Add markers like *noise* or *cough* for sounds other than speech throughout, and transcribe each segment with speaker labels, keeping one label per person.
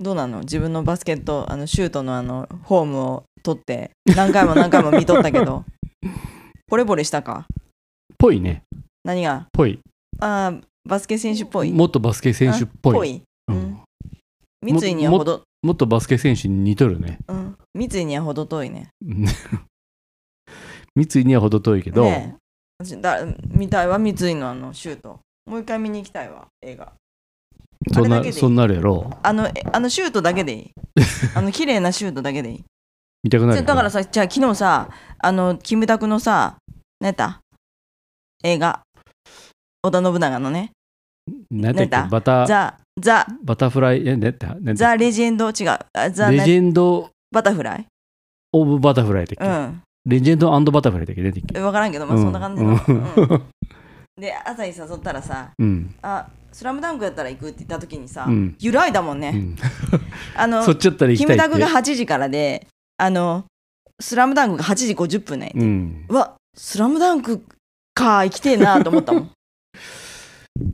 Speaker 1: どうなの自分のバスケットあのシュートのあのフォームを取って何回も何回も見とったけ
Speaker 2: *laughs*
Speaker 1: どボレボレしたか
Speaker 2: ぽいね。
Speaker 1: 何が
Speaker 2: ぽい。
Speaker 1: あーバスケ選手っぽい
Speaker 2: もっとバスケ選手っぽい。
Speaker 1: ぽい、
Speaker 2: うん
Speaker 1: うん三井にはほど、
Speaker 2: もっとバスケ選手に似とるね。
Speaker 1: うん、三井にはほど遠いね
Speaker 2: うん *laughs* 三井には程遠いけど、
Speaker 1: ねえ私だ見たいわ三井のあのシュートもう一回見に行きたいわ映画
Speaker 2: そ
Speaker 1: あ
Speaker 2: ん
Speaker 1: れだけ
Speaker 2: な
Speaker 1: でいい
Speaker 2: そんなるやろ。
Speaker 1: あのえあのシュートだけでい
Speaker 2: *laughs*
Speaker 1: いあの綺麗なシュートだけでいい
Speaker 2: 見たくな
Speaker 1: じゃ
Speaker 2: る
Speaker 1: あだからさじゃあ昨日さあのキムタクのさ何やった映画織田信長のね
Speaker 2: 何だ
Speaker 1: な
Speaker 2: っ
Speaker 1: ん
Speaker 2: け
Speaker 1: だ
Speaker 2: バタ
Speaker 1: ザ・ザ・
Speaker 2: バタフライえねってね
Speaker 1: ザ・レジェンド違うあザ・
Speaker 2: レジェンド
Speaker 1: バタフライ
Speaker 2: オブバタフライだっけ、
Speaker 1: うん
Speaker 2: レジェンドバタフライだっけ出てきて。
Speaker 1: 分からんけどまあそんな感じ
Speaker 2: う
Speaker 1: の、うん
Speaker 2: ん
Speaker 1: で朝に誘ったらさ
Speaker 2: うん
Speaker 1: 「あスラムダンクやったら行く」って言った時にさ、
Speaker 2: うん
Speaker 1: 揺らいだもん
Speaker 2: う
Speaker 1: ね、
Speaker 2: ん
Speaker 1: あの
Speaker 2: そっちだったら行
Speaker 1: キ
Speaker 2: き
Speaker 1: ム
Speaker 2: たいっ
Speaker 1: タ
Speaker 2: て
Speaker 1: クが8時からであのスラムダンクが8時50分ね、
Speaker 2: うん、
Speaker 1: うわスラムダンクか行きてえなと思ったもん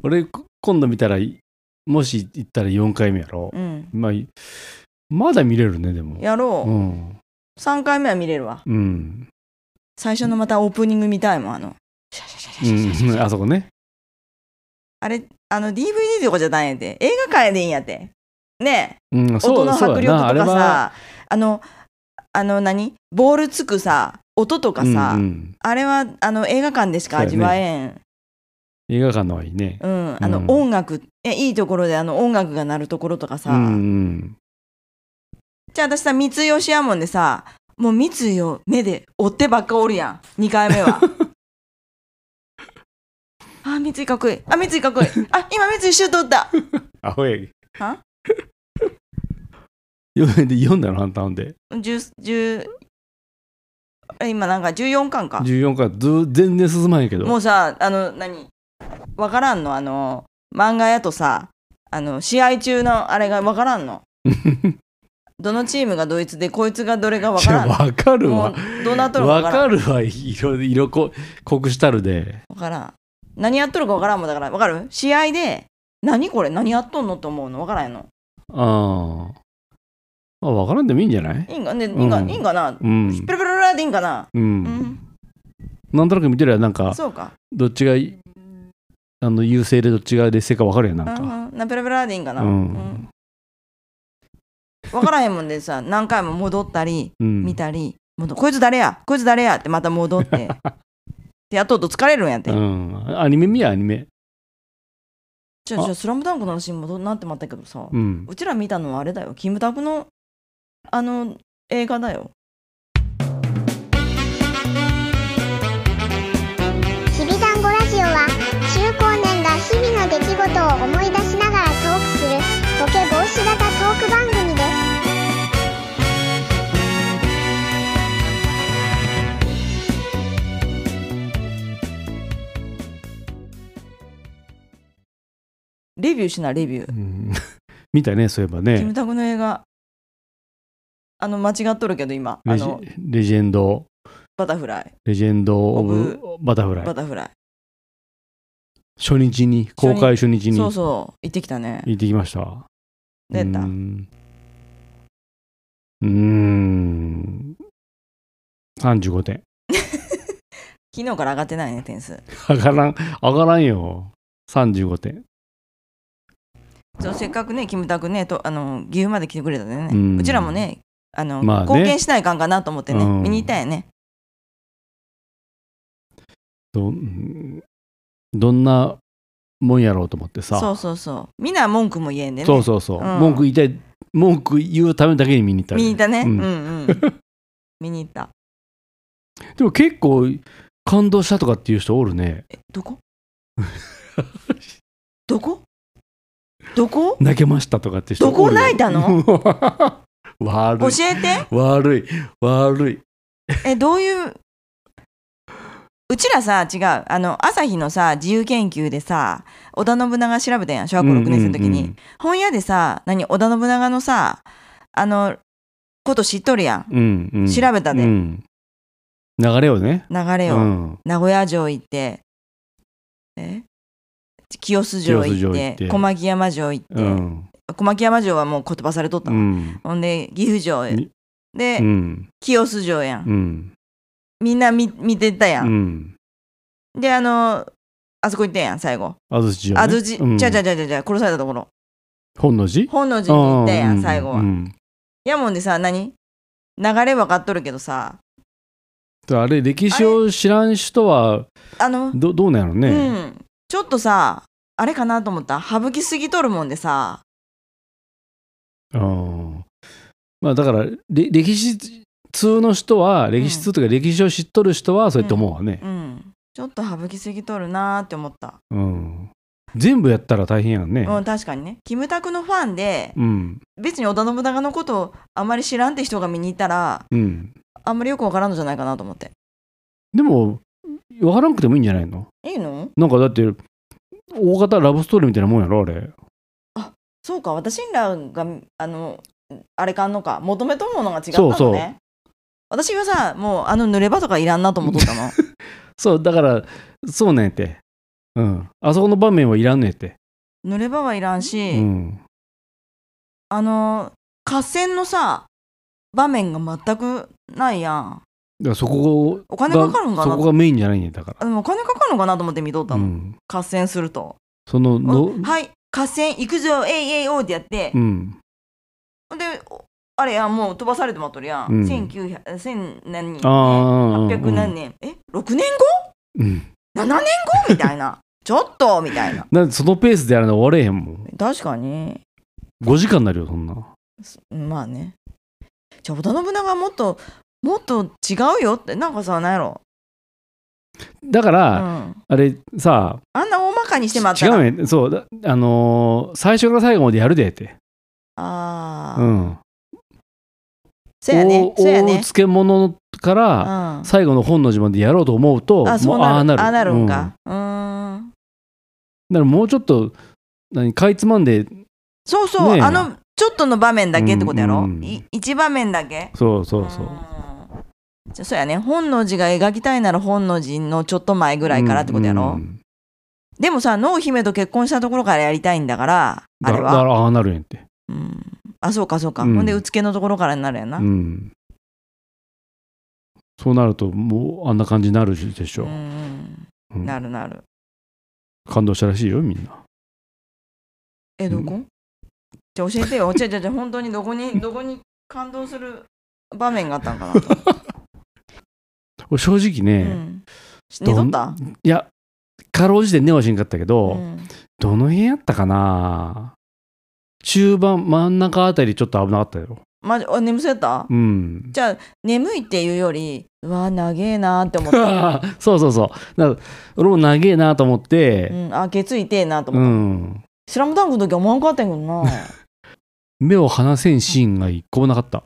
Speaker 2: 俺こ今度見たらもし行ったら4回目やろ、
Speaker 1: うん
Speaker 2: まあいまだ見れるねでも
Speaker 1: やろう、
Speaker 2: うん
Speaker 1: 3回目は見れるわ
Speaker 2: うん、
Speaker 1: 最初のまたオープニング見たいもんあのシャシャシャシャシャシャシャ *laughs*
Speaker 2: うん、あそこね
Speaker 1: あれあの DVD とかじゃないんやて映画館やでいいんやてね
Speaker 2: うん、
Speaker 1: え音の
Speaker 2: そ
Speaker 1: 迫
Speaker 2: う
Speaker 1: 力
Speaker 2: そう
Speaker 1: と
Speaker 2: やな
Speaker 1: か
Speaker 2: あれ
Speaker 1: さ
Speaker 2: は
Speaker 1: あのあの何ボールつくさ音とかさ、
Speaker 2: うんうん
Speaker 1: あれはあの映画館でしか味わえん
Speaker 2: 映画館の方がいいね。
Speaker 1: うん、あの、
Speaker 2: うん
Speaker 1: 音楽えいいところであの音楽が鳴るところとかさ、
Speaker 2: うんうん、
Speaker 1: じゃあ私さ三井吉やもんでさもう三井を目で追ってばっかおるやん2回目
Speaker 2: *laughs*
Speaker 1: はあ三井かっこいいあ三井かっこいいあ今三井シュート打った
Speaker 2: アホやけ
Speaker 1: は
Speaker 2: 読んで *laughs* 読んだの反対ほんで
Speaker 1: 10 10え今なんか14巻か
Speaker 2: 14巻ずー全然進まんやけど
Speaker 1: もうさあの何わからんのあの漫画やとさあの試合中のあれがわからんの
Speaker 2: *laughs*
Speaker 1: どのチームがドイツでこいつがどれがわ
Speaker 2: い
Speaker 1: か
Speaker 2: や
Speaker 1: らんの
Speaker 2: わかる
Speaker 1: も
Speaker 2: わ
Speaker 1: うどうなっとるか
Speaker 2: わ
Speaker 1: わからん
Speaker 2: かるわ色色こ国したるで
Speaker 1: わからん何やっとるかわからんもんだからわかる試合で何これ何やっとんのと思うのわからんやの
Speaker 2: ああわからんでもいいんじゃない
Speaker 1: いいんかねいいんか,、
Speaker 2: うん
Speaker 1: いいんかな、
Speaker 2: うん
Speaker 1: ペ、ロペロペロでいいんかな
Speaker 2: う、
Speaker 1: うんん、
Speaker 2: なんとなく見てるやなんか
Speaker 1: そうか
Speaker 2: どっちがいあの優勢でどっちが劣勢かわかるやんなんか、
Speaker 1: うんうんなペロペロでいいんかな、
Speaker 2: う
Speaker 1: うんんわからへんもんでさ何回も戻ったり
Speaker 2: うん、
Speaker 1: 見たり、戻こいつ誰やこいつ誰やってまた戻ってでやっとうと疲れるんやって、
Speaker 2: うんアニメ見やアニメ
Speaker 1: じゃあじゃあスラムダンクの話に戻んなってまったけどさ、う
Speaker 2: うん
Speaker 1: ちら見たのはあれだよキムタクのあの映画だよ
Speaker 3: きびだんごラジオは中高年が日々の出来事を思い出しながらトークするボケ防止型トーク番組です
Speaker 1: レビューしなレビュー
Speaker 2: うん見たねそういえば
Speaker 1: キ
Speaker 2: ね
Speaker 1: ムタクの映画あの間違っとるけど今あ
Speaker 2: レジ
Speaker 1: の
Speaker 2: レジェンド
Speaker 1: バタフライ
Speaker 2: レジェンド・オブ
Speaker 1: オ・
Speaker 2: バタフライ
Speaker 1: バ。タフラ
Speaker 2: 初日に、公開初日
Speaker 1: イ
Speaker 2: に
Speaker 1: そう
Speaker 2: 行
Speaker 1: そう行ってきたね
Speaker 2: ってきました。
Speaker 1: 出
Speaker 2: う
Speaker 1: た *laughs*
Speaker 2: ーんうーん。35点。
Speaker 1: 昨日から上がってないね点数
Speaker 2: 上がらん、上がらんよ。35点。
Speaker 1: そうせっかくねキムタクねとあの岐阜まで来てくれたでね
Speaker 2: うん
Speaker 1: うちらもねあの、
Speaker 2: まあね
Speaker 1: 貢献しないかんかなと思ってね、
Speaker 2: うん
Speaker 1: 見に行ったんやね
Speaker 2: どうんどんなもんやろうと思ってさ。
Speaker 1: そうそうそうみんな文句も言えんでね
Speaker 2: そうそうそう
Speaker 1: うん
Speaker 2: 文句言いたい、文句言うためだけに見に行った、
Speaker 1: 見に行ったね、
Speaker 2: う
Speaker 1: うんん、うん見に行った
Speaker 2: でも結構、感動したとかっていう人おるね。
Speaker 1: えど
Speaker 2: *laughs*
Speaker 1: こどこどこ
Speaker 2: 泣けましたとかって人お
Speaker 1: ど
Speaker 2: る
Speaker 1: こ泣いたの
Speaker 2: *laughs* 悪
Speaker 1: 教
Speaker 2: い。
Speaker 1: えて
Speaker 2: 悪い悪い
Speaker 1: えどういううちらさ違うあの朝日のさ自由研究でさ織田信長調べたやん小学校6年生の時に、
Speaker 2: うんうんうん
Speaker 1: 本屋でさ何織田信長のさあのこと知っとるやん
Speaker 2: うんうん、
Speaker 1: 調べたで
Speaker 2: うん流れをね、
Speaker 1: 流
Speaker 2: う
Speaker 1: れを、
Speaker 2: ん、
Speaker 1: 名古屋城行ってえ清洲城行って
Speaker 2: 清洲城行って
Speaker 1: 小牧山城行って、
Speaker 2: うん
Speaker 1: 小牧山城はもう言葉されとった
Speaker 2: う
Speaker 1: の、
Speaker 2: ん。
Speaker 1: ほんで岐阜城へ
Speaker 2: み
Speaker 1: で、
Speaker 2: うん。
Speaker 1: 清洲城やん、
Speaker 2: うん。
Speaker 1: みんな見見てったや、
Speaker 2: うんん。
Speaker 1: であのあそこ行ってんやん最後
Speaker 2: 安土城ね。
Speaker 1: 安土、
Speaker 2: うん
Speaker 1: ちゃうちゃうちゃうちゃうちゃう殺されたところ
Speaker 2: 本能寺
Speaker 1: 本能寺に行
Speaker 2: あ
Speaker 1: ったや
Speaker 2: あうん
Speaker 1: 最後は、
Speaker 2: うん
Speaker 1: やもんでさ何流れ分かっとるけどさ
Speaker 2: であれ、歴史を知らん人は、
Speaker 1: あの、
Speaker 2: どどうなんやろ
Speaker 1: う
Speaker 2: ね。
Speaker 1: んちょっとさあれかなと思った省きすぎとるもんでさ
Speaker 2: ああまあ、だから、れ歴史通の人は、歴史通というか、歴史を知っとる人は、そうやって思うわね。
Speaker 1: うんちょっと省きすぎとるなーって思った
Speaker 2: うん。全部やったら大変やんね。
Speaker 1: うん確かにねキムタクのファンで
Speaker 2: うん。
Speaker 1: 別に織田信長のことをあまり知らんって人が見に行ったら
Speaker 2: うん。
Speaker 1: あんまりよくわからんのじゃないかなと思って
Speaker 2: でも、わからんくてもいいんじゃないの
Speaker 1: いいの
Speaker 2: なんかだって、大型ラブストーリーみたいなもんやろ、あれ。
Speaker 1: そうか私らがあのあれかんのか求めとるものが違ったのね
Speaker 2: そうそう
Speaker 1: 私はさもうあの濡れ場とかいらんなと思っとったの
Speaker 2: *laughs* そう、だから、そうなんやて。うん。あそこの場面はいらんのやて。
Speaker 1: 濡れ場はいらんし、
Speaker 2: うん。
Speaker 1: あの合戦のさ場面が全くないやん
Speaker 2: だからそこが、
Speaker 1: お金かかるんかな
Speaker 2: そこがメインじゃないんやだか
Speaker 1: あでもお金かかるのかなと思って見とった
Speaker 2: ら。う
Speaker 1: の、
Speaker 2: ん。
Speaker 1: 合戦すると
Speaker 2: そのの、
Speaker 1: おはい合戦行くぞえいえいおーってやって
Speaker 2: う、ん。
Speaker 1: でおあれやんもう飛ばされてまっとるやん、
Speaker 2: うん
Speaker 1: 1900 1000何人
Speaker 2: ああ。
Speaker 1: 800何
Speaker 2: 年。
Speaker 1: 年、え6年
Speaker 2: うん。
Speaker 1: 後7年後みたいなちょっとみたいな
Speaker 2: なんでそのペースでやるの終われへんもん。
Speaker 1: 確かに
Speaker 2: 5時間になるよ、そんな。
Speaker 1: まあねじゃあ織田信長はもっともっと違うよってなんかさ何やろ、
Speaker 2: だか
Speaker 1: うん、
Speaker 2: ら、
Speaker 1: あ
Speaker 2: あれさ、
Speaker 1: んな大まかにしてまった
Speaker 2: 違
Speaker 1: ら
Speaker 2: うね。そう、だあのー最初から最後までやるでって。
Speaker 1: ああ、
Speaker 2: うん。
Speaker 1: そうやね
Speaker 2: お
Speaker 1: そうや
Speaker 2: 大
Speaker 1: ね
Speaker 2: 漬物から、
Speaker 1: うん
Speaker 2: 最後の本能寺までやろうと思うと、
Speaker 1: あそう
Speaker 2: もう
Speaker 1: な
Speaker 2: ああ
Speaker 1: る
Speaker 2: なる。
Speaker 1: ああなる
Speaker 2: うんんだ
Speaker 1: か
Speaker 2: か、
Speaker 1: うーん
Speaker 2: らもうちょっと、何、かいつまんで、
Speaker 1: そうそう、
Speaker 2: ねえ
Speaker 1: あのちょっとの場面だけってことやろ、
Speaker 2: うんうん
Speaker 1: い一場面だけ
Speaker 2: そうそうそうう。
Speaker 1: んじゃあそうやね本能寺が描きたいなら本能寺のちょっと前ぐらいからってことやろ、
Speaker 2: うん
Speaker 1: でもさ濃姫と結婚したところからやりたいんだからあれ
Speaker 2: だだか
Speaker 1: は
Speaker 2: らああなるんやんって。
Speaker 1: うんあそうかそうか、
Speaker 2: うん
Speaker 1: ほんでうつけのところからになるやんな、
Speaker 2: う
Speaker 1: うん
Speaker 2: ん。そうなると、もうあんな感じになるでしょ。うん
Speaker 1: なるなる
Speaker 2: 感動したらしいよ、みんな。
Speaker 1: えどこ、
Speaker 2: う
Speaker 1: じゃあ教えてよじゃあ *laughs* じゃあじゃあ本当にどこにどこに感動する場面があったんか *laughs* なと、
Speaker 2: 俺正直
Speaker 1: う
Speaker 2: ね、
Speaker 1: ん、寝とった
Speaker 2: いや、かろうじて寝はしんかったけど、
Speaker 1: うん
Speaker 2: どの辺やったかな中盤、真ん中あたりちょっと危なかったよ。
Speaker 1: マジあ眠そうやった
Speaker 2: うん。 *laughs*
Speaker 1: じゃあ眠いっていうよりうわ長えなーって思った
Speaker 2: そうそうそう。だから俺も長えなと思っ
Speaker 1: う
Speaker 2: て、
Speaker 1: ん、あケツ痛えなと
Speaker 2: う
Speaker 1: 思った、
Speaker 2: ん。
Speaker 1: スラムダンクの時は思わんかったんやけど
Speaker 2: 目を離せんシーンが一個もなかった。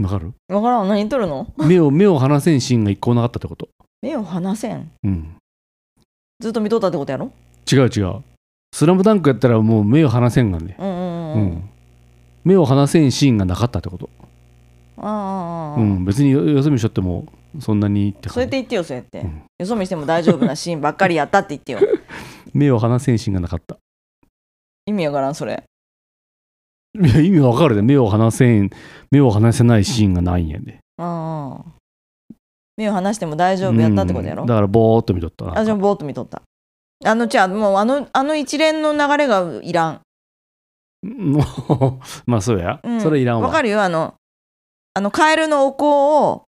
Speaker 2: わかる
Speaker 1: なわからん何言っとるの
Speaker 2: 目を、目を離せんシーンが一個もなかったってこと。
Speaker 1: 目を離せん
Speaker 2: うん。
Speaker 1: ずっと見とったってことやろ
Speaker 2: 違う違う。スラムダンクやったらもう目を離せんがね。
Speaker 1: うんうん
Speaker 2: う。
Speaker 1: うんんうん
Speaker 2: 目を離せんシーンがなかったってこと。
Speaker 1: ああああ
Speaker 2: う
Speaker 1: ああ
Speaker 2: ん。別によよそ見しょっても、そんなにって感じ
Speaker 1: そうやって言ってよそうやって、
Speaker 2: うん
Speaker 1: よそ見しても大丈夫なシーンばっかりやったって言って
Speaker 2: *laughs*
Speaker 1: よ
Speaker 2: 目を離せんシーンがなかった。
Speaker 1: 意味わからんそれ
Speaker 2: いや意味わかるで目を離せん目を離せないシーンがないんやで
Speaker 1: ああ目を離しても大丈夫やったってことやろ、
Speaker 2: うんだからぼーっと見とったな
Speaker 1: あじゃあぼーっと見とったあのじゃあもうあのあの一連の流れがいらん
Speaker 2: もう *laughs* まあそうや、
Speaker 1: うん
Speaker 2: それいらんわ
Speaker 1: わかるよあのあのカエルのお香を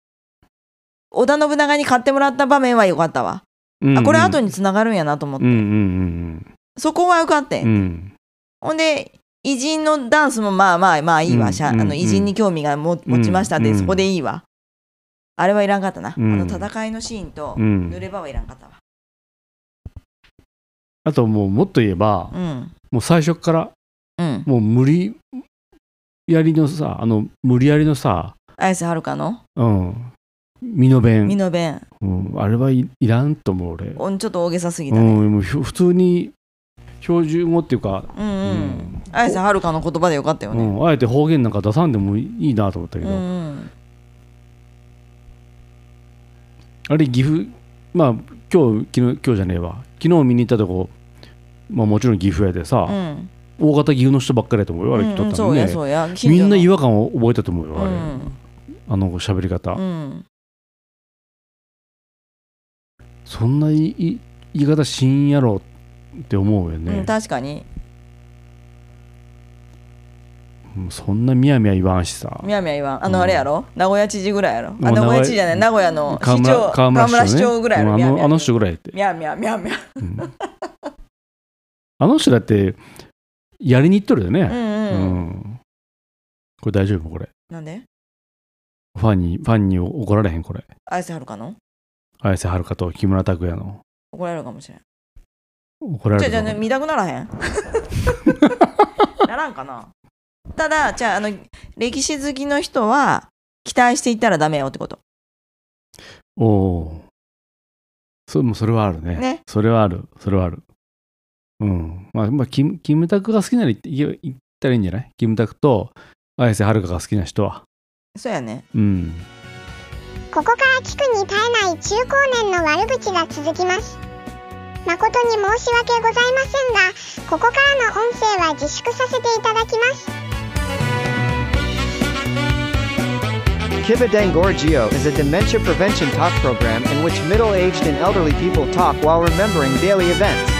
Speaker 1: 織田信長に買ってもらった場面は良かったわ、
Speaker 2: うん
Speaker 1: あこれ後
Speaker 2: に
Speaker 1: につながるんやなと思って、
Speaker 2: うんうん
Speaker 1: そこは良かった
Speaker 2: うんう
Speaker 1: よ、
Speaker 2: んうん
Speaker 1: ほんで偉人のダンスもまあまあまあいいわ、しゃ
Speaker 2: うんうん
Speaker 1: あの偉人に興味がも持ちましたで、
Speaker 2: うん
Speaker 1: そこでいいわあれはいらんかったな、
Speaker 2: うん
Speaker 1: あの戦いのシーンと
Speaker 2: うん
Speaker 1: 濡れ場はいらんかったわ
Speaker 2: あともうもっと言えば、
Speaker 1: うん
Speaker 2: もう最初から
Speaker 1: うん
Speaker 2: もう無理やりのさあの無理やりのさ
Speaker 1: 綾瀬はるかの
Speaker 2: うん身の
Speaker 1: 美
Speaker 2: 弁、
Speaker 1: 濃弁
Speaker 2: うん、あれはい、いらんと思う俺、
Speaker 1: おちょっと大げさすぎ
Speaker 2: う
Speaker 1: たね
Speaker 2: ん、もうひょ普通に標準語っていうか、
Speaker 1: うんう
Speaker 2: うん
Speaker 1: 綾瀬はるかの言葉でよかったよ
Speaker 2: う
Speaker 1: ね
Speaker 2: ん、あえて方言なんか出さんでもいいなと思ったけ
Speaker 1: う
Speaker 2: ど、
Speaker 1: んうん
Speaker 2: あれ岐阜まあ今日昨日今日じゃねえわ昨日見に行ったとこまあもちろん岐阜やでさ、
Speaker 1: うん
Speaker 2: 大型岐阜の人ばっかりだと思うよあれ来と
Speaker 1: う
Speaker 2: っ
Speaker 1: ん、
Speaker 2: た
Speaker 1: そ
Speaker 2: の
Speaker 1: う
Speaker 2: ね、
Speaker 1: やそうや
Speaker 2: みんな違
Speaker 1: わ
Speaker 2: 和感を覚えたと思うよあれ、あの喋り方、
Speaker 1: うん、
Speaker 2: そんないい言い方しんやろって思うよ
Speaker 1: うん、
Speaker 2: ね、
Speaker 1: 確かに
Speaker 2: うんそんなみやみや言わんしさ
Speaker 1: みやみや言わんあ
Speaker 2: う
Speaker 1: の
Speaker 2: ん
Speaker 1: あれやろ名古屋知事ぐらいやろ
Speaker 2: ま
Speaker 1: あ
Speaker 2: あ
Speaker 1: 名古
Speaker 2: 名古
Speaker 1: 屋
Speaker 2: 屋
Speaker 1: 知事じゃない名古屋の
Speaker 2: 河
Speaker 1: 市
Speaker 2: 村
Speaker 1: 長
Speaker 2: 河
Speaker 1: 河村市
Speaker 2: ね
Speaker 1: 長ぐらいやろ
Speaker 2: うんあ
Speaker 1: みやみ
Speaker 2: の
Speaker 1: や
Speaker 2: あの人ぐらいって、
Speaker 1: みやみやみやみや
Speaker 2: うんあの人だってやりに行っとるよ
Speaker 1: う
Speaker 2: ね、
Speaker 1: ん
Speaker 2: う
Speaker 1: うん、
Speaker 2: んこれ大丈夫これ
Speaker 1: なんで
Speaker 2: ファンにファンに怒られへんこれ
Speaker 1: 綾瀬はるかの
Speaker 2: 綾瀬はるかと木村拓哉の
Speaker 1: 怒られるかもしれん
Speaker 2: 怒られ
Speaker 1: じゃあじゃ
Speaker 2: る
Speaker 1: あ、
Speaker 2: か
Speaker 1: ね、
Speaker 2: も
Speaker 1: 見たくならへんならんかなただじゃああの歴史好きの人は期待していったらダメよってこと
Speaker 2: おおーそもうそれはあるね
Speaker 1: ね
Speaker 2: それはあるそれはあるうんまあ、まあ、キムキムタクが好きなら行って行け行ったらいいんじゃないキムタクと綾瀬はるかが好きな人は
Speaker 1: そうやね
Speaker 2: うん
Speaker 3: ここから聞くに耐えない中高年の悪口が続きます誠に申し訳ございませんがここからの音声は自粛させていただきます
Speaker 4: Kibidangorgio is a dementia prevention talk program in which middle aged and elderly people talk while remembering daily events.